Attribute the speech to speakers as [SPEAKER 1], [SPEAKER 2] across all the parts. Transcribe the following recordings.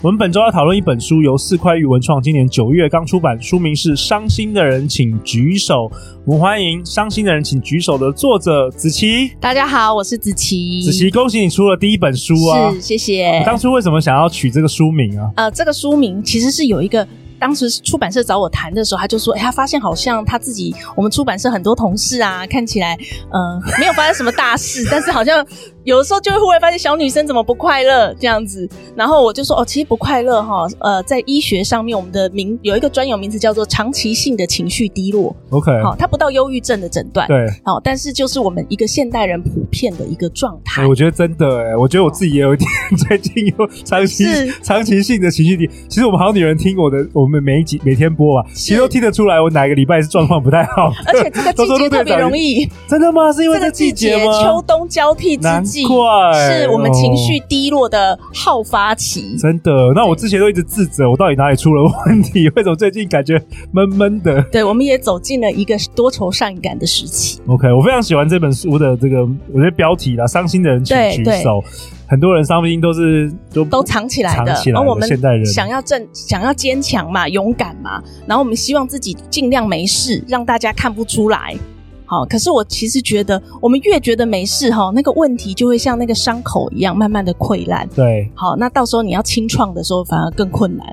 [SPEAKER 1] 我们本周要讨论一本书，由四块玉文创今年九月刚出版，书名是《伤心的人请举手》。我们欢迎《伤心的人请举手》的作者子琪。
[SPEAKER 2] 大家好，我是子琪。
[SPEAKER 1] 子琪，恭喜你出了第一本书啊！
[SPEAKER 2] 是，谢谢。
[SPEAKER 1] 当初为什么想要取这个书名啊？
[SPEAKER 2] 呃，这个书名其实是有一个。当时出版社找我谈的时候，他就说：“哎、他发现好像他自己，我们出版社很多同事啊，看起来，呃，没有发生什么大事，但是好像有的时候就会忽然发现小女生怎么不快乐这样子。”然后我就说：“哦，其实不快乐哈，呃，在医学上面，我们的名有一个专有名词叫做长期性的情绪低落，
[SPEAKER 1] OK，
[SPEAKER 2] 好、它不到忧郁症的诊断，
[SPEAKER 1] 对、
[SPEAKER 2] 好、但是就是我们一个现代人普遍的一个状态。
[SPEAKER 1] 哎我觉得真的哎、我觉得我自己也有一点 最近有长期
[SPEAKER 2] 是
[SPEAKER 1] 长期性的情绪低。其实我们好女人听我的，我们每一集每天播吧，其实都听得出来我哪个礼拜是状况不太好的。
[SPEAKER 2] 而且这个
[SPEAKER 1] 都
[SPEAKER 2] 季
[SPEAKER 1] 说
[SPEAKER 2] 节
[SPEAKER 1] 陆队
[SPEAKER 2] 特别
[SPEAKER 1] 长
[SPEAKER 2] 容易，
[SPEAKER 1] 真的吗？是因为
[SPEAKER 2] 呃这个季
[SPEAKER 1] 季
[SPEAKER 2] 节
[SPEAKER 1] 节吗？
[SPEAKER 2] 秋冬交替之
[SPEAKER 1] 难
[SPEAKER 2] 际，
[SPEAKER 1] 怪
[SPEAKER 2] 是我们
[SPEAKER 1] 哦
[SPEAKER 2] 情绪低落的好发期。
[SPEAKER 1] 真的，那我之前都一直自责，我到底哪里出了问题？ 为什么最近感觉闷闷的
[SPEAKER 2] 对，我们也走进了一个多愁善感的时期。
[SPEAKER 1] ？OK，我非常喜欢这本书的这个，我觉得标题啦，伤心的人请
[SPEAKER 2] 对
[SPEAKER 1] 举
[SPEAKER 2] 对
[SPEAKER 1] 手。很多人伤心都是都
[SPEAKER 2] 都藏起来的，
[SPEAKER 1] 藏起来
[SPEAKER 2] 而我们
[SPEAKER 1] 现代人
[SPEAKER 2] 想要正，想要坚强嘛，勇敢嘛，然后我们希望自己尽量没事，让大家看不出来。好，可是我其实觉得，我们越觉得没事哈，那个问题就会像那个伤口一样，慢慢的溃烂。
[SPEAKER 1] 对。
[SPEAKER 2] 好，那到时候你要清创的时候，反而更困难。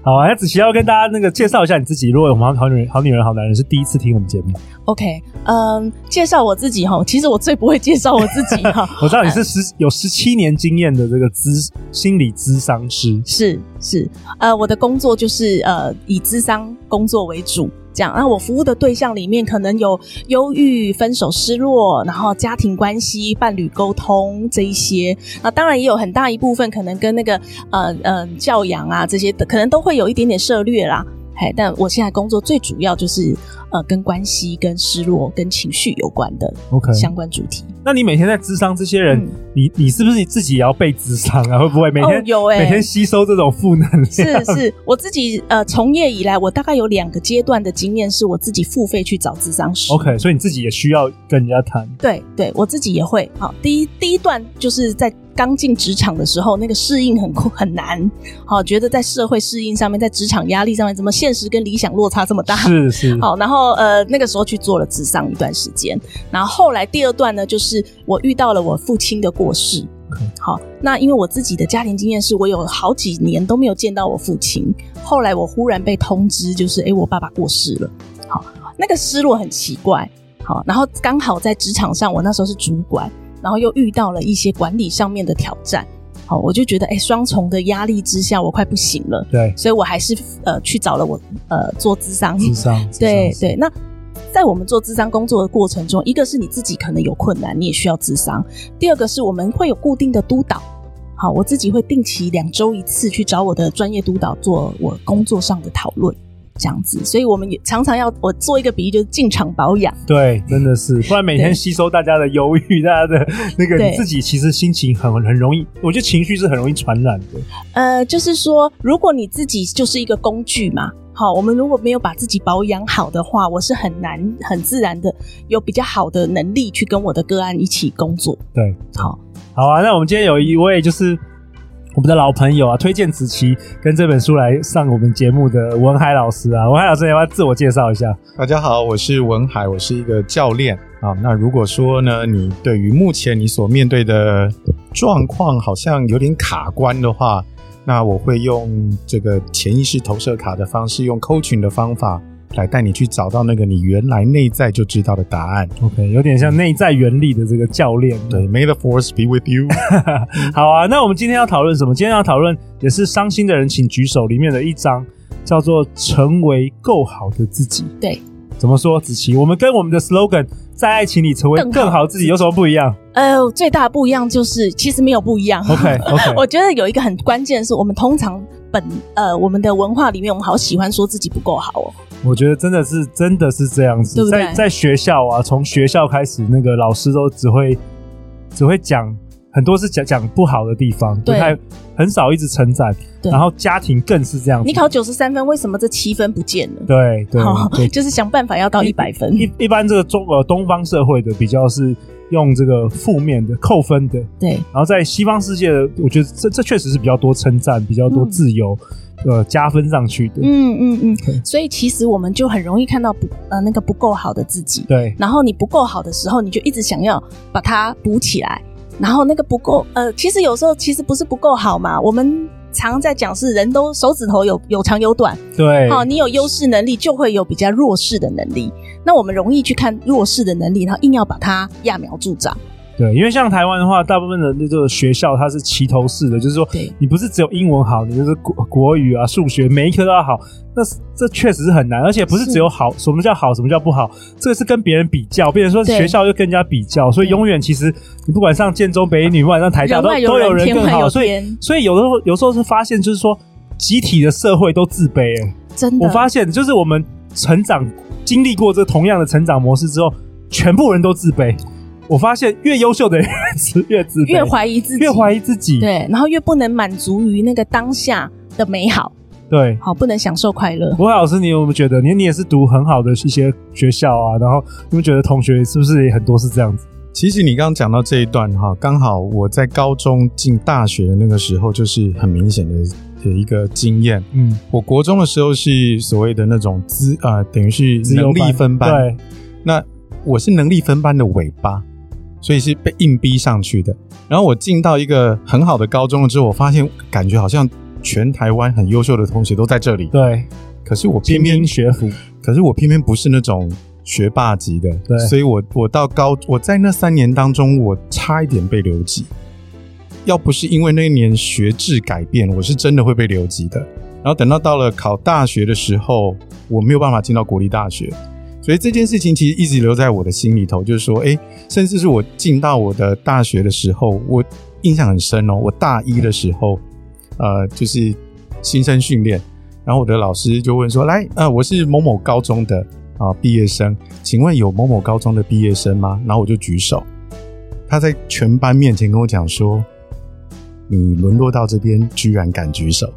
[SPEAKER 1] 好啊，那子琪要跟大家那个介绍一下你自己。如果我们好女人、好女人、好男人是第一次听我们节目，，
[SPEAKER 2] OK，嗯，介绍我自己哈，其实我最不会介绍我自己哈
[SPEAKER 1] 我知道你
[SPEAKER 2] 哎
[SPEAKER 1] 是十有十七年经验的这个咨心理咨商师，
[SPEAKER 2] 是是，呃，我的工作就是呃以智商工作为主。这样，那啊我服务的对象里面可能有忧郁、分手、失落，然后家庭关系、伴侣沟通这一些。那当然也有很大一部分可能跟那个呃呃教养啊这些的，可能都会有一点点涉略啦。嘿，但我现在工作最主要就是呃跟关系、跟失落、跟情绪有关的
[SPEAKER 1] OK
[SPEAKER 2] 相关主题。
[SPEAKER 1] 那你每天在咨商这些人，
[SPEAKER 2] 嗯
[SPEAKER 1] 你你是不是自己也要被咨商啊？会不会每天、
[SPEAKER 2] 哦有欸
[SPEAKER 1] 每天吸收这种负能量？
[SPEAKER 2] 是是，我自己呃从业以来，我大概有两个阶段的经验，是我自己付费去找咨商师。
[SPEAKER 1] OK，所以你自己也需要跟人家谈。
[SPEAKER 2] 对对，我自己也会。好，第一第一段就是在刚进职场的时候，那个适应很困很难。好，觉得在社会适应上面，在职场压力上面，怎么现实跟理想落差这么大？
[SPEAKER 1] 是是，
[SPEAKER 2] 好，然后呃，那个时候去做了智商一段时间，然后后来第二段呢，就是我遇到了我父亲的过世
[SPEAKER 1] OK。
[SPEAKER 2] 好，那因为我自己的家庭经验是我有好几年都没有见到我父亲，后来我忽然被通知，就是诶，我爸爸过世了。好，那个失落很奇怪。好，然后刚好在职场上，我那时候是主管，然后又遇到了一些管理上面的挑战。好，我就觉得诶，双重的压力之下，我快不行了，
[SPEAKER 1] 对，
[SPEAKER 2] 所以我还是呃去找了我呃做智商
[SPEAKER 1] 智商，
[SPEAKER 2] 对
[SPEAKER 1] 咨商
[SPEAKER 2] 对，那在我们做智商工作的过程中，一个是你自己可能有困难，你也需要智商；第二个是我们会有固定的督导。好，我自己会定期两周一次去找我的专业督导做我工作上的讨论，这样子。所以我们也常常要我做一个比喻，就是进场保养。
[SPEAKER 1] 对，真的是，不然每天
[SPEAKER 2] 对
[SPEAKER 1] 吸收大家的忧郁，大家的那个，
[SPEAKER 2] 对
[SPEAKER 1] 你自己其实心情很很容易，我觉得情绪是很容易传染的。
[SPEAKER 2] 呃，就是说，如果你自己就是一个工具嘛，好，我们如果没有把自己保养好的话，我是很难很自然的有比较好的能力去跟我的个案一起工作。
[SPEAKER 1] 对，
[SPEAKER 2] 好，
[SPEAKER 1] 好啊，那我们今天有一位就是我们的老朋友啊，推荐子琪跟这本书来上我们节目的文海老师啊，文海老师你要不要自我介绍一下？
[SPEAKER 3] 大家好，我是文海，我是一个教练啊。那如果说呢，你对于目前你所面对的状况好像有点卡关的话，那我会用这个潜意识投射卡的方式，用 coaching 的方法来带你去找到那个你原来内在就知道的答案。
[SPEAKER 1] OK，有点像内在原理的这个教练。
[SPEAKER 2] 嗯
[SPEAKER 3] 对，May the force be with you
[SPEAKER 1] 好啊，那我们今天要讨论什么？今天要讨论也是《伤心的人请举手》里面的一章，叫做“成为够好的自己”。
[SPEAKER 2] 对，
[SPEAKER 1] 怎么说？子琪，我们跟我们的 slogan 在爱情里成为
[SPEAKER 2] 更好
[SPEAKER 1] 更好自己有什么不一样
[SPEAKER 2] 呃，最大的不一样就是其实没有不一样。
[SPEAKER 1] ？OK OK，
[SPEAKER 2] 我觉得有一个很关键的是，我们通常本呃我们的文化里面，我们好喜欢说自己不够好哦。
[SPEAKER 1] 我觉得真的是真的是这样子，
[SPEAKER 2] 对不对
[SPEAKER 1] 在在学校啊，从学校开始，那个老师都只会只会讲很多是讲讲不好的地方，不
[SPEAKER 2] 对
[SPEAKER 1] 太很少一直称赞，
[SPEAKER 2] 对
[SPEAKER 1] 然后家庭更是这样子。
[SPEAKER 2] 你考哦九十三分，为什么这七分不见了？
[SPEAKER 1] 对对
[SPEAKER 2] 好
[SPEAKER 1] 对，，
[SPEAKER 2] 就是想办法要到一百分。
[SPEAKER 1] 一一般这个中呃东方社会的比较是用这个负面的扣分的，
[SPEAKER 2] 对，
[SPEAKER 1] 然后在西方世界的，我觉得这这确实是比较多称赞，比较多
[SPEAKER 2] 嗯
[SPEAKER 1] 自由，呃加分上去的。
[SPEAKER 2] 嗯嗯
[SPEAKER 1] 对
[SPEAKER 2] 嗯。所以其实我们就很容易看到不呃那个不够好的自己。
[SPEAKER 1] 对
[SPEAKER 2] 然后你不够好的时候，你就一直想要把它补起来。然后那个不够，呃，其实有时候其实不是不够好嘛，我们常在讲是人都手指头有有长有短，
[SPEAKER 1] 对，
[SPEAKER 2] 好、你有优势能力就会有比较弱势的能力。那我们容易去看弱势的能力，然后硬要把它揠苗助长。
[SPEAKER 1] 对，因为像台湾的话，大部分的那个学校它是齐头式的，就是说
[SPEAKER 2] 对
[SPEAKER 1] 你不是只有英文好，你就是国国语啊、数学每一科都要好。那是这确实是很难，而且不是
[SPEAKER 2] 是
[SPEAKER 1] 只有好，什么叫好，什么叫不好，这个是跟别人比较，别人说
[SPEAKER 2] 对
[SPEAKER 1] 学校就跟人家比较，所以
[SPEAKER 2] 对
[SPEAKER 1] 永远其实你不管上建中、北一女，不管上台大，
[SPEAKER 2] 人
[SPEAKER 1] 都
[SPEAKER 2] 外有
[SPEAKER 1] 都
[SPEAKER 2] 人
[SPEAKER 1] 有人
[SPEAKER 2] 天
[SPEAKER 1] 更
[SPEAKER 2] 外
[SPEAKER 1] 好。
[SPEAKER 2] 有
[SPEAKER 1] 所以
[SPEAKER 2] 天
[SPEAKER 1] 所以有的时候有时候是发现，就是说集体的社会都自卑、欸。
[SPEAKER 2] 真的，
[SPEAKER 1] 我发现就是我们成长经历过这同样的成长模式之后，全部人都自卑。我发现越优秀的人 是越自卑，
[SPEAKER 2] 越怀疑自己，
[SPEAKER 1] 越怀疑自己。
[SPEAKER 2] 对，然后越不能满足于那个当下的美好，
[SPEAKER 1] 对，
[SPEAKER 2] 好不能享受快乐。
[SPEAKER 1] 博海老师，你有没有觉得你你也是读很好的一些学校啊？然后你们觉得同学是不是也很多是这样子？
[SPEAKER 3] 其实你刚刚讲到这一段哈，刚好我在高中进大学的那个时候，就是很明显的的一个经验。
[SPEAKER 1] 嗯，
[SPEAKER 3] 我国中的时候是所谓的那种资呃，等于是
[SPEAKER 1] 自由
[SPEAKER 3] 能力分班。，那我是能力分班的尾巴，所以是被硬逼上去的。然后我进到一个很好的高中了之后，我发现感觉好像全台湾很优秀的同学都在这里
[SPEAKER 1] 对，对，
[SPEAKER 3] 可是我偏
[SPEAKER 1] 精
[SPEAKER 3] 偏
[SPEAKER 1] 英学府，
[SPEAKER 3] 可是我偏偏不是那种学霸级的，
[SPEAKER 1] 对
[SPEAKER 3] 所以我我到高我在那三年当中，我差一点被留级。要不是因为那一年学制改变，我是真的会被留级的。然后等到到了考大学的时候，我没有办法进到国立大学，所以这件事情其实一直留在我的心里头，就是说，诶，甚至是我进到我的大学的时候，我印象很深哦。我大一的时候，呃，就是新生训练，然后我的老师就问说：“来，呃，我是某某高中的啊毕业生，请问有某某高中的毕业生吗？”然后我就举手，他在全班面前跟我讲说：“你沦落到这边，居然敢举手。”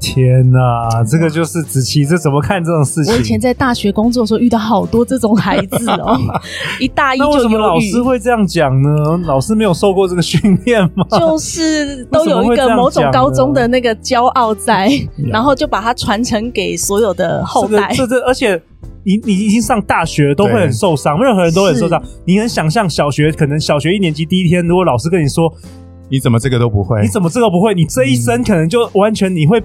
[SPEAKER 1] 天哪，这个就是子琪，这怎么看这种事
[SPEAKER 2] 我以前
[SPEAKER 1] 情？
[SPEAKER 2] 在大学工作的时候遇到好多这种孩子 哦，一大一
[SPEAKER 1] 那为
[SPEAKER 2] 就
[SPEAKER 1] 什么
[SPEAKER 2] 忧
[SPEAKER 1] 老
[SPEAKER 2] 郁
[SPEAKER 1] 师，会这样讲呢？老师没有受过这个训练吗？
[SPEAKER 2] 就是都有一个某种高中的那个骄傲 在，然后就把它传承给所有的后代。
[SPEAKER 1] 这个这这，而且你你已经上大学了都会
[SPEAKER 3] 对
[SPEAKER 1] 很受伤，任何人都很受伤。你能想象小学可能小学一年级第一天，如果老师跟你说
[SPEAKER 3] 你怎么这个都不会？
[SPEAKER 1] 你怎么这个不会，你这一生
[SPEAKER 3] 嗯
[SPEAKER 1] 可能就完全你会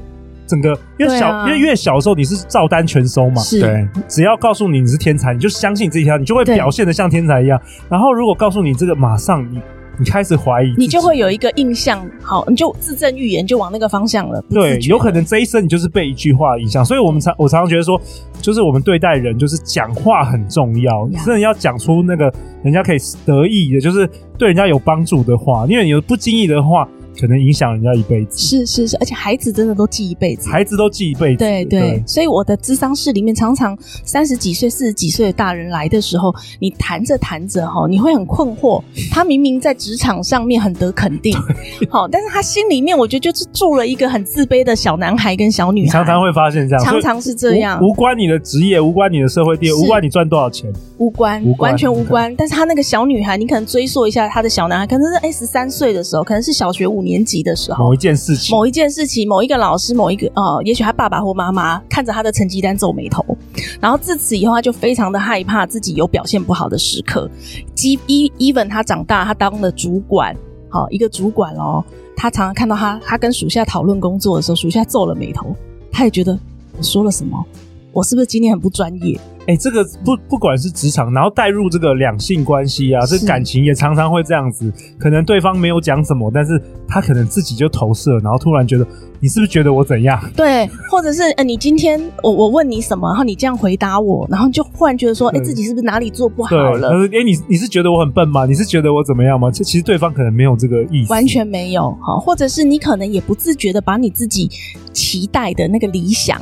[SPEAKER 1] 整个，因为
[SPEAKER 2] 对
[SPEAKER 1] 小
[SPEAKER 2] 啊
[SPEAKER 1] 因为越小的时候你是照单全收嘛。
[SPEAKER 2] 是，
[SPEAKER 3] 对，
[SPEAKER 1] 只要告诉你你是天才，你就相信这一条，你就会
[SPEAKER 2] 对
[SPEAKER 1] 表现的像天才一样。然后如果告诉你这个，马上你你开始怀疑自己，
[SPEAKER 2] 你就会有一个印象，好，你就自证预言，就往那个方向了。不
[SPEAKER 1] 对
[SPEAKER 2] 自，觉
[SPEAKER 1] 有可能这一生你就是被一句话影响，所以我们常我常常觉得说，就是我们对待人就是讲话很重要，
[SPEAKER 2] 呀
[SPEAKER 1] 真的要讲出那个人家可以得意的，就是对人家有帮助的话，因为你有不经意的话，可能影响人家一辈子，
[SPEAKER 2] 是是是，而且孩子真的都记一辈子。
[SPEAKER 1] 孩子都记一辈子。
[SPEAKER 2] 对对，所以我的智商室里面，常常三十几岁、四十几岁的大人来的时候，你谈着谈着哈，你会很困惑。他明明在职场上面很得肯 定，好，但是他心里面，我觉得就是住了一个很自卑的小男孩跟小女
[SPEAKER 1] 你
[SPEAKER 2] 孩，
[SPEAKER 1] 常常会发现这样，
[SPEAKER 2] 常
[SPEAKER 1] 所以
[SPEAKER 2] 常是这样，
[SPEAKER 1] 无无关你的职业，无关你的社会地位，
[SPEAKER 2] 是
[SPEAKER 1] 无关你赚多少钱，
[SPEAKER 2] 无关，
[SPEAKER 1] 无关嗯
[SPEAKER 2] 完全无关。但是他那个小女孩，你可能追溯一下他的小男孩，可能是哎十三岁的时候，可能是小学五年级的时候
[SPEAKER 1] 某一。件事情，
[SPEAKER 2] 某一件事情，某一个老师，某一个呃，也许他爸爸或妈妈看着他的成绩单皱眉头，然后自此以后，他就非常的害怕自己有表现不好的时刻。即 e even 他长大，他当了主管，好、一个主管哦，他常常看到他，他跟属下讨论工作的时候，属下皱了眉头，他也觉得我说了什么，我是不是今天很不专业？
[SPEAKER 1] 哎、这个不不管是职场，然后带入这个两性关系啊，这
[SPEAKER 2] 是
[SPEAKER 1] 感情也常常会这样子。可能对方没有讲什么，但是他可能自己就投射，然后突然觉得你是不是觉得我怎样？
[SPEAKER 2] 对，或者是呃，你今天我我问你什么，然后你这样回答我，然后你就忽然觉得说，哎、
[SPEAKER 1] 对
[SPEAKER 2] 自己是不是哪里做不好
[SPEAKER 1] 对，
[SPEAKER 2] 了？
[SPEAKER 1] 但是哎、你你是觉得我很笨吗？你是觉得我怎么样吗？这其实对方可能没有这个意思，
[SPEAKER 2] 嗯完全没有好，或者是你可能也不自觉的把你自己期待的那个理想，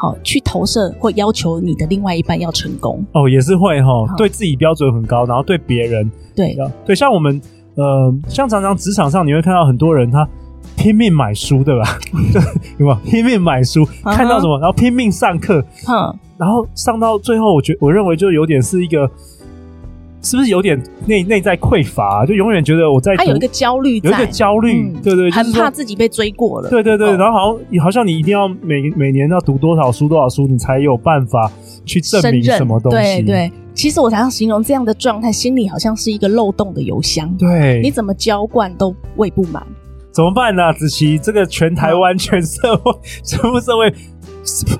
[SPEAKER 2] 好去投射或要求你的另外一半要成功。
[SPEAKER 1] 哦，也是会哈
[SPEAKER 2] 好，
[SPEAKER 1] 对自己标准很高，然后对别人
[SPEAKER 2] 对，
[SPEAKER 1] 对，像我们呃，像常常职场上你会看到很多人他。拼命买书，对吧？ 对，有没有拼命买书？
[SPEAKER 2] 啊哈
[SPEAKER 1] 看到什么，然后拼命上课，
[SPEAKER 2] 哼，
[SPEAKER 1] 然后上到最后，我觉我认为就有点是一个，是不是有点内内在匮乏啊、就永远觉得我在
[SPEAKER 2] 他有
[SPEAKER 1] 读
[SPEAKER 2] 一个焦虑在，
[SPEAKER 1] 有一个焦虑，
[SPEAKER 2] 嗯
[SPEAKER 1] 对对，就
[SPEAKER 2] 很
[SPEAKER 1] 是说
[SPEAKER 2] 怕自己被追过了。
[SPEAKER 1] 对对对，
[SPEAKER 2] 哦
[SPEAKER 1] 然后好像好像你一定要每每年要读多少书多少书，你才有办法去证
[SPEAKER 2] 胜
[SPEAKER 1] 明
[SPEAKER 2] 任
[SPEAKER 1] 什么东西。
[SPEAKER 2] 对对，其实我常常形容这样的状态，心里好像是一个漏洞的油箱，
[SPEAKER 1] 对
[SPEAKER 2] 你怎么浇灌都喂不满。
[SPEAKER 1] 怎么办呢、啊子琪，这个全台湾、
[SPEAKER 2] 嗯
[SPEAKER 1] 全社会、全部社会，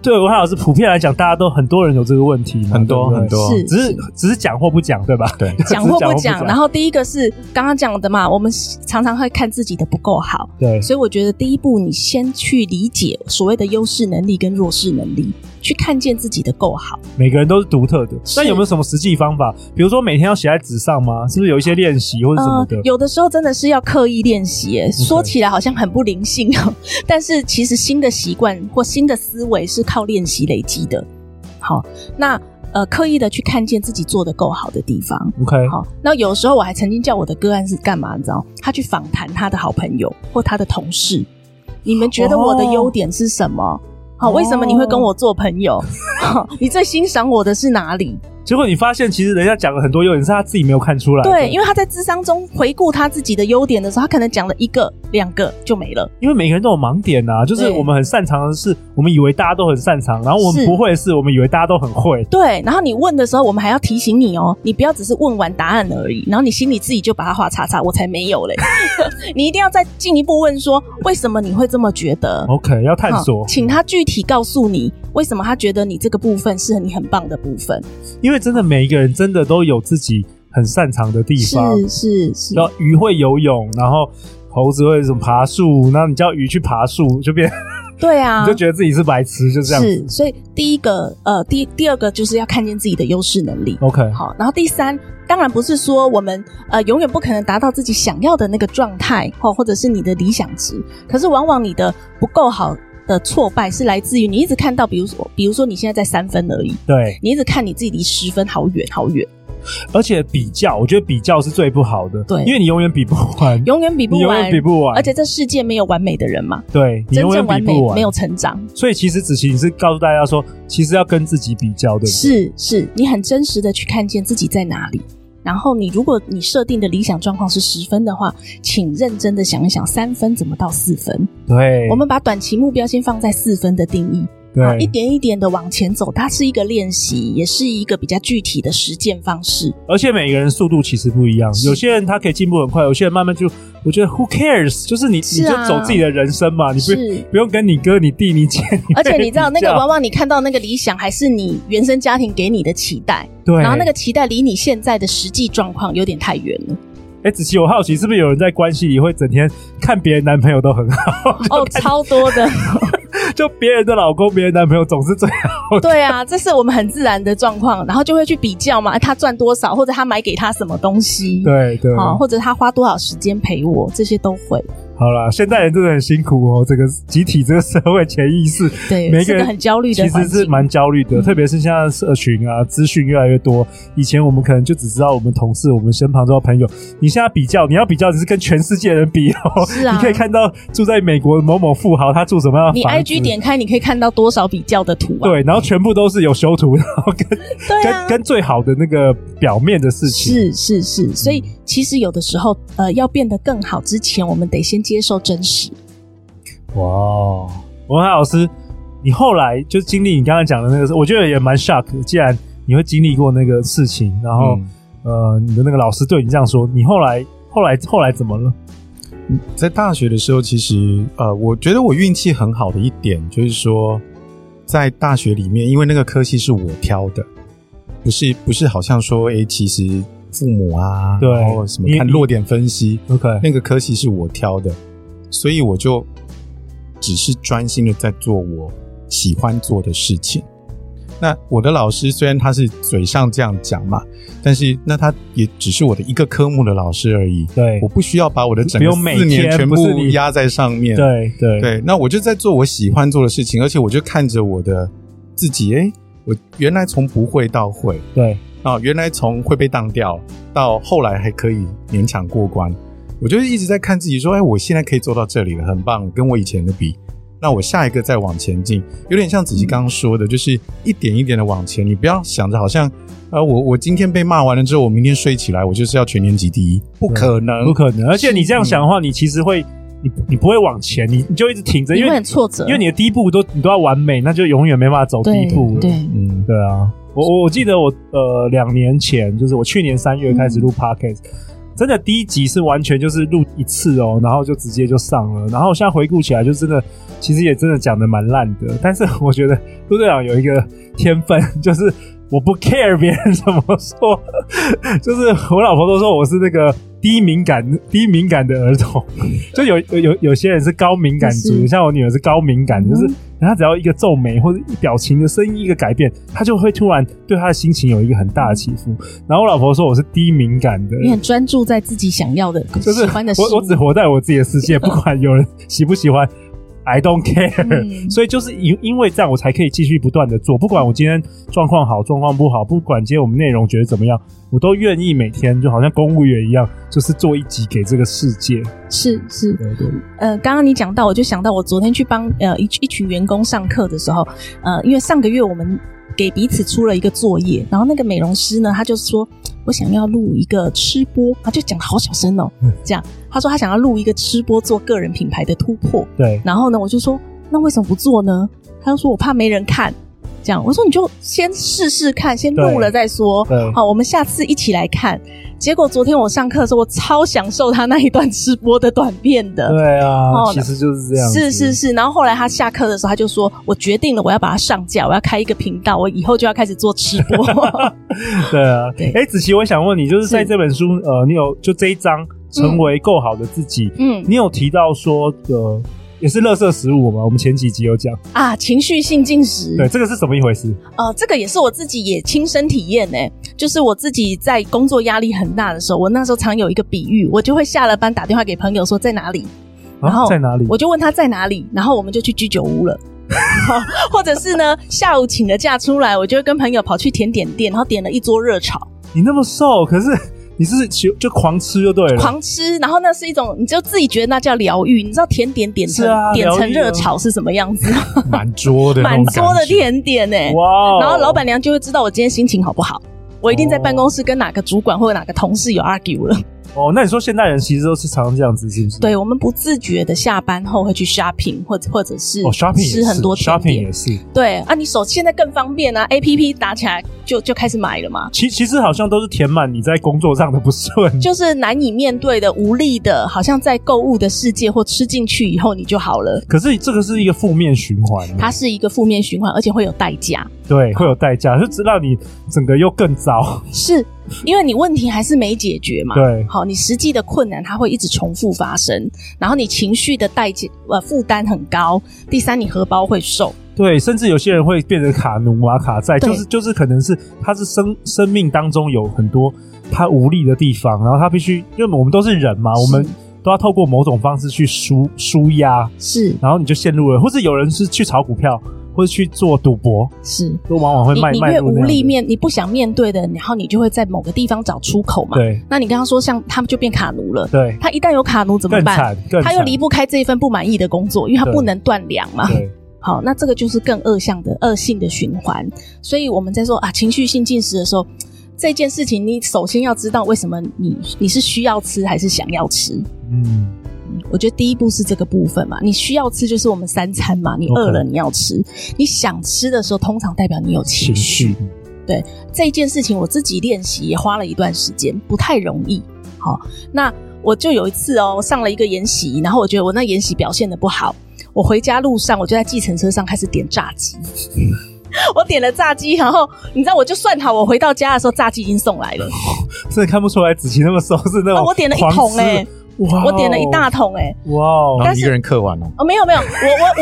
[SPEAKER 1] 对文海老师普遍来讲，大家都很多人有这个问题嘛，
[SPEAKER 3] 很
[SPEAKER 1] 对不
[SPEAKER 3] 多
[SPEAKER 1] 对
[SPEAKER 3] 很多，
[SPEAKER 2] 是
[SPEAKER 1] 只是只是讲或不讲，对吧？
[SPEAKER 3] 对
[SPEAKER 2] 讲或不
[SPEAKER 1] 只是
[SPEAKER 2] 讲，然后第一个是刚刚讲的嘛，我们常常会看自己的不够好，
[SPEAKER 1] 对
[SPEAKER 2] 所以我觉得第一步，你先去理解所谓的优势能力跟弱势能力，去看见自己的够好。
[SPEAKER 1] 每个人都是独特的。
[SPEAKER 2] 是
[SPEAKER 1] 那有没有什么实际方法？比如说每天要写在纸上吗？是不是有一些练习或者什么的？
[SPEAKER 2] 呃有的时候真的是要刻意练习耶，说起来好像很不灵性哦，但是其实新的习惯或新的思维是靠练习累积的。好，那呃，刻意的去看见自己做的够好的地方。
[SPEAKER 1] OK，
[SPEAKER 2] 好，那有时候我还曾经叫我的个案是干嘛？你知道，他去访谈他的好朋友或他的同事，你们觉得我的优点是什么？好，为什么你会跟我做朋友？你最欣赏我的是哪里？
[SPEAKER 1] 结果你发现其实人家讲了很多优点，是他自己没有看出来的。
[SPEAKER 2] 对，
[SPEAKER 1] 因
[SPEAKER 2] 因为他在智商中回顾他自己的优点的时候，他可能讲了一个、两个就没了。
[SPEAKER 1] 因为每个人都有盲点呐、就是
[SPEAKER 2] 对
[SPEAKER 1] 我们很擅长的事，我们以为大家都很擅长，然后我们
[SPEAKER 2] 是
[SPEAKER 1] 不会的事，我们以为大家都很会。
[SPEAKER 2] 对，然后你问的时候，我们还要提醒你哦，你不要只是问完答案而已，然后你心里自己就把它画叉叉，我才没有嘞。 你一定要再进一步问说，为什么你会这么觉得？
[SPEAKER 1] OK，要探
[SPEAKER 2] 好
[SPEAKER 1] 索，
[SPEAKER 2] 请他具体告诉你为什么他觉得你这个部分是你很棒的部分。
[SPEAKER 1] 因为真的每一个人真的都有自己很擅长的地方。
[SPEAKER 2] 是是是，
[SPEAKER 1] 然后鱼会游泳，然后猴子会什么爬树，那你叫鱼去爬树，就变、
[SPEAKER 2] 对啊
[SPEAKER 1] 你就，觉得自己是白痴，就这样。
[SPEAKER 2] 是。所以第一个呃，第第二个就是要看见自己的优势能力。
[SPEAKER 1] OK，
[SPEAKER 2] 好，然后第三，当然不是说我们呃永远不可能达到自己想要的那个状态，哦或或者是你的理想值，可是往往你的不够好的挫败是来自于你一直看到，比如说，比如说你现在在三分而已，
[SPEAKER 1] 对，
[SPEAKER 2] 你一直看你自己离十分好远好远，
[SPEAKER 1] 而且比较，我觉得比较是最不好的，
[SPEAKER 2] 对
[SPEAKER 1] 因为你永远比不完，
[SPEAKER 2] 永远比
[SPEAKER 1] 你
[SPEAKER 2] 不
[SPEAKER 1] 永
[SPEAKER 2] 完
[SPEAKER 1] 远比，不完，
[SPEAKER 2] 而且这世界没有完美的人嘛，
[SPEAKER 1] 对你
[SPEAKER 2] 真
[SPEAKER 1] 永
[SPEAKER 2] 正
[SPEAKER 1] 远比
[SPEAKER 2] 完美
[SPEAKER 1] 不完
[SPEAKER 2] 没有。成长，
[SPEAKER 1] 所以其实子琪，你是告诉大家说，其实要跟自己比较，对不对？
[SPEAKER 2] 是是，你很真实的去看见自己在哪里。然后你如果你设定的理想状况是十分的话，请认真的想一想，三分怎么到四分？
[SPEAKER 1] 对，
[SPEAKER 2] 我们把短期目标先放在四分的定义，啊，一
[SPEAKER 1] 对，
[SPEAKER 2] 点一点的往前走，它是一个练习，也是一个比较具体的实践方式。
[SPEAKER 1] 而且每个人速度其实不一样，有些人他可以进步很快，有些人慢慢就，我觉得 who cares，就是你你
[SPEAKER 2] 是
[SPEAKER 1] 就
[SPEAKER 2] 啊
[SPEAKER 1] 走自己的人生嘛，你不
[SPEAKER 2] 是，
[SPEAKER 1] 不用跟你哥、你弟、你姐，
[SPEAKER 2] 而且你知道，那 个
[SPEAKER 1] 娃
[SPEAKER 2] 往
[SPEAKER 1] 娃，
[SPEAKER 2] 往你看到那个理想，还是你原生家庭给你的期待，
[SPEAKER 1] 对，
[SPEAKER 2] 然后那个期待离你现在的实际状况有点太远 了。
[SPEAKER 1] 哎，子琪，我好奇是不是有人在关系里会整天看别人男朋友都很好，
[SPEAKER 2] 哦，超多的，
[SPEAKER 1] 就别人的老公、别人男朋友总是最好。
[SPEAKER 2] 对啊，这是我们很自然的状况，然后就会去比较嘛，哎他赚多少，或者他买给他什么东西，
[SPEAKER 1] 对对，
[SPEAKER 2] 啊，或者他花多少时间陪我，这些都会。
[SPEAKER 1] 好啦，现代人真的很辛苦哦，这个集体这个社会潜意识，
[SPEAKER 2] 对
[SPEAKER 1] 每
[SPEAKER 2] 是
[SPEAKER 1] 个
[SPEAKER 2] 个
[SPEAKER 1] 人
[SPEAKER 2] 很焦虑的
[SPEAKER 1] 其实
[SPEAKER 2] 环
[SPEAKER 1] 是
[SPEAKER 2] 境嗯
[SPEAKER 1] 蛮焦虑的，特别是现在社群啊，资讯越来越多。以前我们可能就只知道我们同事、我们身旁周遭朋友，你现在比较，你要比较，你是跟全世界人比哦。
[SPEAKER 2] 是啊
[SPEAKER 1] 你可以看到住在美国的某某富豪，他住什么样的
[SPEAKER 2] 你
[SPEAKER 1] 房
[SPEAKER 2] IG
[SPEAKER 1] 子
[SPEAKER 2] 点开，你可以看到多少比较的图啊？
[SPEAKER 1] 对，然后全部都是有修图，然后跟
[SPEAKER 2] 对啊
[SPEAKER 1] 跟，跟最好的那个表面的事情。
[SPEAKER 2] 是是
[SPEAKER 1] 嗯
[SPEAKER 2] 是，所以其实有的时候，呃，要变得更好之前，我们得先接受真实。
[SPEAKER 1] 哇哦，文海老师，你后来就经历你刚刚讲的那个事，我觉得也蛮 shock 的。既然你会经历过那个事情，然后、
[SPEAKER 3] 嗯
[SPEAKER 1] 呃，你的那个老师对你这样说，你后来后来后来怎么了？
[SPEAKER 3] 在大学的时候，其实呃，我觉得我运气很好的一点就是说，在大学里面，因为那个科系是我挑的，不是不是好像说，诶，其实父母啊，
[SPEAKER 1] 对
[SPEAKER 3] 然后什么
[SPEAKER 1] 你
[SPEAKER 3] 看落点分析，
[SPEAKER 1] OK，
[SPEAKER 3] 那个科系是我挑的，所以我就只是专心的在做我喜欢做的事情。那我的老师虽然他是嘴上这样讲嘛，但是那他也只是我的一个科目的老师而已。
[SPEAKER 1] 对
[SPEAKER 3] 我不需要把我的整个
[SPEAKER 1] 不用每
[SPEAKER 3] 四年
[SPEAKER 1] 天
[SPEAKER 3] 全
[SPEAKER 1] 不是
[SPEAKER 3] 部
[SPEAKER 1] 你
[SPEAKER 3] 压在上面。
[SPEAKER 1] 对对
[SPEAKER 3] 对，那我就在做我喜欢做的事情，而且我就看着我的自己，诶，我原来从不会到会，
[SPEAKER 1] 对
[SPEAKER 3] 啊，原来从会被当掉到后来还可以勉强过关，我就是一直在看自己说，哎，我现在可以做到这里了，很棒，跟我以前的比，那我下一个再往前进，有点像子琪刚刚说的，就是一点一点的往前，你不要想着好像，呃，我我今天被骂完了之后，我明天睡起来我就是要全年级第一，不可能，
[SPEAKER 1] 不可能。而且你这样想的话，你其实会，你你不会往前，你你就一直停着，
[SPEAKER 2] 你
[SPEAKER 1] 因
[SPEAKER 2] 会
[SPEAKER 1] 为
[SPEAKER 2] 很挫折，
[SPEAKER 1] 因为你的第一步都你都要完美，那就永远没办法走第一步
[SPEAKER 2] 对
[SPEAKER 1] 了。
[SPEAKER 2] 对，
[SPEAKER 3] 嗯，
[SPEAKER 1] 对啊，我我我记得我呃两年前，就是我去年三月开始录 podcast，、真的第一集是完全就是录一次哦，然后就直接就上了。然后现在回顾起来，就真的其实也真的讲的蛮烂的，但是我觉得陆队长有一个天分，就是。我不 care 别人怎么说，就是我老婆都说我是那个低敏感、低敏感的儿童，就有有有有些人是高敏感族，
[SPEAKER 2] 是
[SPEAKER 1] 像我女儿是高敏感，就是
[SPEAKER 2] 嗯
[SPEAKER 1] 她只要一个皱眉或者一表情的声音一个改变，她就会突然对她的心情有一个很大的起伏。然后我老婆说我是低敏感的，
[SPEAKER 2] 你很专注在自己想要的、
[SPEAKER 1] 就是
[SPEAKER 2] 喜欢的事
[SPEAKER 1] 我我只活在我自己的 世界，不管有人喜不喜欢，I don't care、
[SPEAKER 2] 嗯
[SPEAKER 1] 所以就是因因为这样，我才可以继续不断的做，不管我今天状况好，状况不好，不管今天我们内容觉得怎么样，我都愿意每天就好像公务员一样，就是做一集给这个世界。
[SPEAKER 2] 是是，
[SPEAKER 1] 对对
[SPEAKER 2] 呃，刚刚你讲到，我就想到我昨天去帮呃一一群员工上课的时候，呃，因为上个月我们给彼此出了一个作业，然后那个美容师呢，他就说我想要录一个吃播，他就讲的好小声哦，
[SPEAKER 1] 嗯
[SPEAKER 2] 这样，他说他想要录一个吃播做个人品牌的突破，
[SPEAKER 1] 对，
[SPEAKER 2] 然后呢，我就说那为什么不做呢？他就说我怕没人看，这样，我说你就先试试看，先录
[SPEAKER 1] 对
[SPEAKER 2] 了再说
[SPEAKER 1] 对，
[SPEAKER 2] 好，我们下次一起来看。结果昨天我上课的时候，我超享受他那一段吃播的短片的，
[SPEAKER 1] 对啊，
[SPEAKER 2] 哦
[SPEAKER 1] 其实就是这样子。
[SPEAKER 2] 是是是，然后后来他下课的时候，他就说：“我决定了，我要把它上架，我要开一个频道，我以后就要开始做吃 播。
[SPEAKER 1] 对啊
[SPEAKER 2] 对，
[SPEAKER 1] 哎，子琪，我想问你，就是在
[SPEAKER 2] 是
[SPEAKER 1] 这本书，呃，你有就这一章成为够好的自己，”
[SPEAKER 2] 嗯
[SPEAKER 1] 你有提到说，呃，也是垃圾食物嘛？我们前几集有讲，
[SPEAKER 2] 啊，情绪性进食，
[SPEAKER 1] 对，这个是怎么一回事？啊
[SPEAKER 2] 呃，这个也是我自己也亲身体验呢、就是我自己在工作压力很大的时候，我那时候常有一个比喻，我就会下了班打电话给朋友说在哪里，然
[SPEAKER 1] 啊，
[SPEAKER 2] 后
[SPEAKER 1] 在哪里？
[SPEAKER 2] 我就问他在哪里，然后我们就去居酒屋了。 或者是呢，下午请了假出来，我就会跟朋友跑去甜点店，然后点了一桌热炒，
[SPEAKER 1] 你那么瘦，可是你是就就狂吃就对了，
[SPEAKER 2] 狂吃，然后那是一种，你就自己觉得那叫疗愈。你知道甜点点成、
[SPEAKER 1] 是啊
[SPEAKER 2] 点成
[SPEAKER 1] 疗愈啊
[SPEAKER 2] 热炒是什么样子？
[SPEAKER 3] 满桌的那
[SPEAKER 2] 满
[SPEAKER 3] 种
[SPEAKER 2] 桌的
[SPEAKER 3] 感觉
[SPEAKER 2] 甜点呢、
[SPEAKER 1] 哇哦！
[SPEAKER 2] 然后老板娘就会知道我今天心情好不好。我一定在办公室跟哪个主管或者哪个同事有 argue 了。
[SPEAKER 1] 哦，那你说现代人其实都是常常这样子，是不是？
[SPEAKER 2] 对我们不自觉的下班后会去 shopping，或者或者是
[SPEAKER 1] 哦，shopping 也
[SPEAKER 2] 吃很
[SPEAKER 1] 是
[SPEAKER 2] 多甜
[SPEAKER 1] ，shopping
[SPEAKER 2] 点
[SPEAKER 1] 也。是。
[SPEAKER 2] 对啊，你手现在更方便啊，A P P 打起来就就开始买了嘛。
[SPEAKER 1] 其其实好像都是填满你在工作上的不顺，
[SPEAKER 2] 就是难以面对的、无力的，好像在购物的世界或吃进去以后你就好了。
[SPEAKER 1] 可是这个是一个负面循环，啊
[SPEAKER 2] 它是一个负面循环，而且会有代价。
[SPEAKER 1] 对嗯会有代价，就知道你整个又更糟。
[SPEAKER 2] 是因为你问题还是没解决嘛？
[SPEAKER 1] 对
[SPEAKER 2] 好，你实际的困难它会一直重复发生，然后你情绪的代价呃负担很高。第三，你荷包会瘦，
[SPEAKER 1] 对，甚至有些人会变成卡奴啊、卡债，
[SPEAKER 2] 对
[SPEAKER 1] 就是就是可能是他是生生命当中有很多他无力的地方，然后他必须，因为我们都是人啊嘛，我们
[SPEAKER 2] 是
[SPEAKER 1] 都要透过某种方式去舒舒压，
[SPEAKER 2] 是
[SPEAKER 1] 然后你就陷入了，或是有人是去炒股票，或是去做赌博，
[SPEAKER 2] 是。
[SPEAKER 1] 都往往会
[SPEAKER 2] 你
[SPEAKER 1] 卖
[SPEAKER 2] 你
[SPEAKER 1] 卖
[SPEAKER 2] 越
[SPEAKER 1] 入那
[SPEAKER 2] 无
[SPEAKER 1] 样
[SPEAKER 2] 力
[SPEAKER 1] 的
[SPEAKER 2] 面，你不想面对的，然后你就会在某个地方找出口嘛。
[SPEAKER 1] 对
[SPEAKER 2] 那你刚刚说像他们就变卡奴了，
[SPEAKER 1] 对，
[SPEAKER 2] 他一旦有卡奴怎么
[SPEAKER 1] 更
[SPEAKER 2] 办？
[SPEAKER 1] 惨更惨，
[SPEAKER 2] 他又离啊不开这一份不满意的工作，因为他
[SPEAKER 1] 对
[SPEAKER 2] 不能断粮嘛。
[SPEAKER 1] 对
[SPEAKER 2] 好，那这个就是更恶向的恶性的循环。所以我们在说啊，情绪性进食的时候，这件事情你首先要知道为什么你你是需要吃还是想要吃。
[SPEAKER 1] 嗯
[SPEAKER 2] 我觉得第一步是这个部分嘛，你需要吃就是我们三餐嘛，你
[SPEAKER 1] OK
[SPEAKER 2] 饿了你要吃，你想吃的时候通常代表你有情
[SPEAKER 1] 情
[SPEAKER 2] 绪。
[SPEAKER 1] 绪
[SPEAKER 2] 这件事情我自己练习也花了一段时间，不太容易。好，那我就有一次哦，上了一个研习，然后我觉得我那研习表现的不好，我回家路上，我就在计程车上开始点炸鸡。 我点了炸鸡，然后你知道，我就算好，我回到家的时候，炸鸡已经送来了。
[SPEAKER 1] 真的看不出来子琪那么瘦是那种、
[SPEAKER 2] 哦，我点了一桶哎、
[SPEAKER 1] 哎、哇哦，
[SPEAKER 2] 我点了一大桶哎、
[SPEAKER 1] 哇哦，
[SPEAKER 3] 然
[SPEAKER 2] 但
[SPEAKER 3] 后
[SPEAKER 2] 是
[SPEAKER 3] 一个人刻完哦，
[SPEAKER 2] 哦，没有没有，我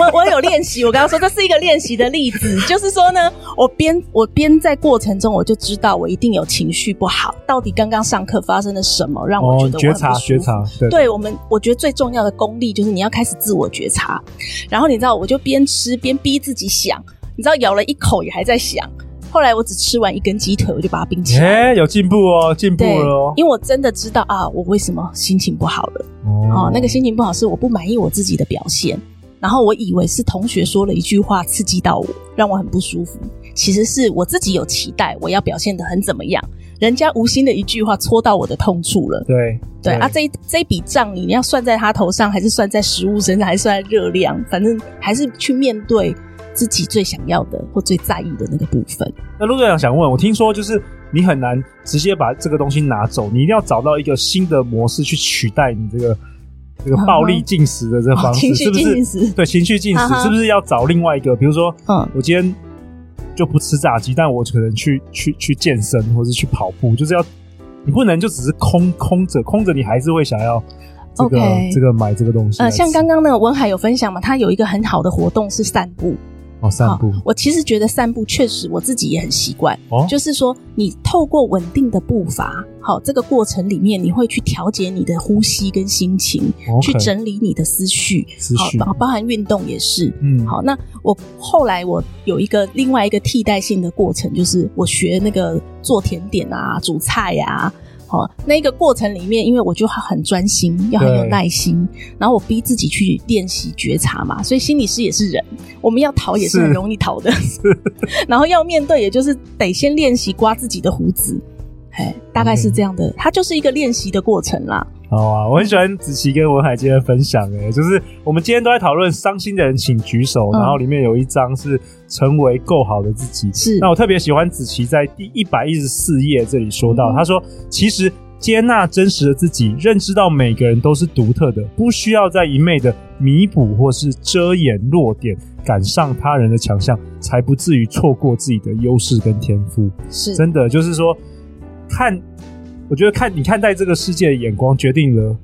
[SPEAKER 2] 我我我有练习。我刚刚说这是一个练习的例子，就是说呢，我边我边在过程中，我就知道我一定有情绪不好，到底刚刚上课发生了什么，让我觉
[SPEAKER 1] 哦，
[SPEAKER 2] 得我很
[SPEAKER 1] 觉
[SPEAKER 2] 不
[SPEAKER 1] 察
[SPEAKER 2] 舒服
[SPEAKER 1] 觉。察，对
[SPEAKER 2] 对我们，我觉得最重要的功力就是你要开始自我觉察。然后你知道，我就边吃边逼自己想，你知道咬了一口也还在想。后来我只吃完一根鸡腿，我就把它冰起来。
[SPEAKER 1] 哎、有进步哦，进步
[SPEAKER 2] 对
[SPEAKER 1] 了哦，，
[SPEAKER 2] 因为我真的知道啊，我为什么心情不好了。
[SPEAKER 1] 嗯
[SPEAKER 2] 哦，那个心情不好是我不满意我自己的表现，然后我以为是同学说了一句话刺激到我，让我很不舒服。其实是我自己有期待，我要表现得很怎么样，人家无心的一句话戳到我的痛处了。
[SPEAKER 1] 对
[SPEAKER 2] 对啊，这一这一笔账你要算在他头上，还是算在食物身上，还是算在热量？反正还是去面对自己最想要的或最在意的那个部分。
[SPEAKER 1] 那陆队长想问，我听说就是你很难直接把这个东西拿走，你一定要找到一个新的模式去取代你这个这个暴力进食的这个方
[SPEAKER 2] 啊哦
[SPEAKER 1] 式，
[SPEAKER 2] 情绪
[SPEAKER 1] 是不是？
[SPEAKER 2] 进食
[SPEAKER 1] 对，情绪进食、
[SPEAKER 2] 啊哈
[SPEAKER 1] 是不是要找另外一个？比如说，
[SPEAKER 2] 嗯
[SPEAKER 1] 我今天就不吃炸鸡，但我可能去去去健身，或者去跑步，就是要你不能就只是空空着，空着你还是会想要这个
[SPEAKER 2] OK
[SPEAKER 1] 这个买这个东西来
[SPEAKER 2] 呃，
[SPEAKER 1] 吃。
[SPEAKER 2] 像刚刚那个文海有分享嘛，他有一个很好的活动是散步。
[SPEAKER 3] 哦，散步，
[SPEAKER 2] 我其实觉得散步确实我自己也很习惯，
[SPEAKER 3] 哦
[SPEAKER 2] 就是说你透过稳定的步伐，好这个过程里面，你会去调节你的呼吸跟心情
[SPEAKER 3] 哦
[SPEAKER 1] OK
[SPEAKER 2] 去整理你的思绪，
[SPEAKER 1] 思绪
[SPEAKER 2] 好包包含运动也是。
[SPEAKER 1] 嗯
[SPEAKER 2] 好，那我后来我有一个另外一个替代性的过程，就是我学那个做甜点啊、煮菜呀、好，那个过程里面，因为我就很专心，要很有
[SPEAKER 1] 对
[SPEAKER 2] 耐心，然后我逼自己去练习觉察嘛，所以心理师也是人，我们要逃也是很
[SPEAKER 1] 是
[SPEAKER 2] 容易逃的， 然后要面对，也就是得先练习刮自己的胡子，哎，大概
[SPEAKER 1] 嗯
[SPEAKER 2] 是这样的，它就是一个练习的过程啦。
[SPEAKER 1] 好啊，我很喜欢子琪跟文海今天的分享、欸，就是我们今天都在讨论伤心的人请举手，
[SPEAKER 2] 嗯
[SPEAKER 1] 然后里面有一张是成为够好的自己。
[SPEAKER 2] 是
[SPEAKER 1] 那我特别喜欢子琪在第一百一十四页这里说到，
[SPEAKER 2] 嗯
[SPEAKER 1] 他说其实。接纳真实的自己，认知到每个人都是独特的，不需要再一昧的弥补或是遮掩弱点，赶上他人的强项，才不至于错过自己的优势跟天赋。
[SPEAKER 2] 是
[SPEAKER 1] 真的就是说，看，我觉得看你看待这个世界的眼光，决定了，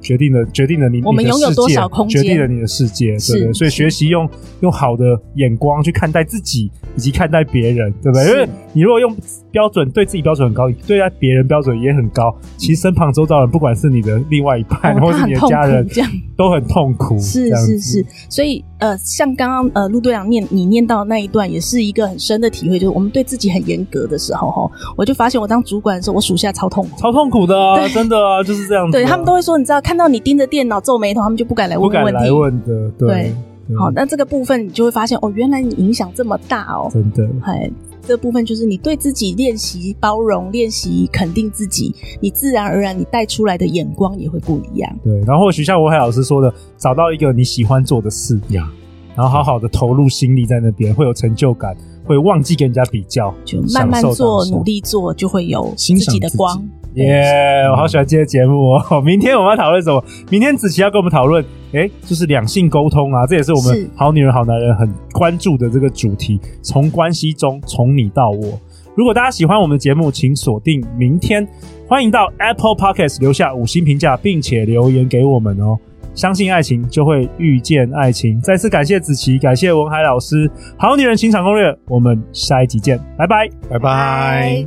[SPEAKER 1] 决定了，决定了你
[SPEAKER 2] 我们
[SPEAKER 1] 你的
[SPEAKER 2] 拥有
[SPEAKER 1] 世
[SPEAKER 2] 多
[SPEAKER 1] 界
[SPEAKER 2] 少空间
[SPEAKER 1] 决定了你的世界，
[SPEAKER 2] 是
[SPEAKER 1] 对不对？所以
[SPEAKER 2] 是
[SPEAKER 1] 学习用用好的眼光去看待自己，以及看待别人，对不对？因
[SPEAKER 2] 是
[SPEAKER 1] 为你如果用标准对自己标准很高，对待别人标准也很高，其实身旁周遭人，不管是你的另外一半，
[SPEAKER 2] 哦嗯
[SPEAKER 1] 或
[SPEAKER 2] 他
[SPEAKER 1] 是
[SPEAKER 2] 很
[SPEAKER 1] 你的
[SPEAKER 2] 痛
[SPEAKER 1] 家
[SPEAKER 2] 苦
[SPEAKER 1] 人，
[SPEAKER 2] 这样
[SPEAKER 1] 都很痛苦，
[SPEAKER 2] 是
[SPEAKER 1] 这样
[SPEAKER 2] 是
[SPEAKER 1] 子
[SPEAKER 2] 是，，所以呃，像刚刚呃陆队长念你念到的那一段，也是一个很深的体会，就是我们对自己很严格的时候，吼，我就发现我当主管的时候，我属下超痛苦。
[SPEAKER 1] 超痛苦的啊，真的啊，就是这样子啊、
[SPEAKER 2] 对他们都会说，你知道，看到你盯着电脑皱眉头，他们就不敢来
[SPEAKER 1] 不
[SPEAKER 2] 问
[SPEAKER 1] 敢
[SPEAKER 2] 问
[SPEAKER 1] 来
[SPEAKER 2] 题。
[SPEAKER 1] 问嗯的，对
[SPEAKER 2] 对，
[SPEAKER 1] 对
[SPEAKER 2] 好，那这个部分你就会发现，哦，原来你影响这么大哦。
[SPEAKER 1] 真的。
[SPEAKER 2] 哎，这部分就是你对自己练习包容，练习肯定自己，你自然而然你带出来的眼光也会不一样。
[SPEAKER 1] 对，然后或许像文海老师说的，找到一个你喜欢做的事
[SPEAKER 3] 呀，
[SPEAKER 1] 然后好好的投入心力在那边，会有成就感，会忘记跟人家比较，
[SPEAKER 2] 就慢慢
[SPEAKER 1] 享受
[SPEAKER 2] 做，
[SPEAKER 1] 当下
[SPEAKER 2] 努。力做，就会有自
[SPEAKER 3] 欣赏
[SPEAKER 2] 己的
[SPEAKER 3] 自己
[SPEAKER 2] 光。
[SPEAKER 1] 耶、我好喜欢今天的节目哦！明天我们要讨论什么？明天子琪要跟我们讨论，哎，就是两性沟通啊，这也是我
[SPEAKER 2] 是
[SPEAKER 1] 们好女人好男人很关注的这个主题，从关系中，从你到我。如果大家喜欢我们的节目，请锁定明天。欢迎到 Apple Podcast 留下五星评价，并且留言给我们哦。相信爱情，就会遇见爱情。再次感谢子琪，感谢文海老师，《好女人情场攻略》，我们下一集见，拜拜。
[SPEAKER 3] 拜拜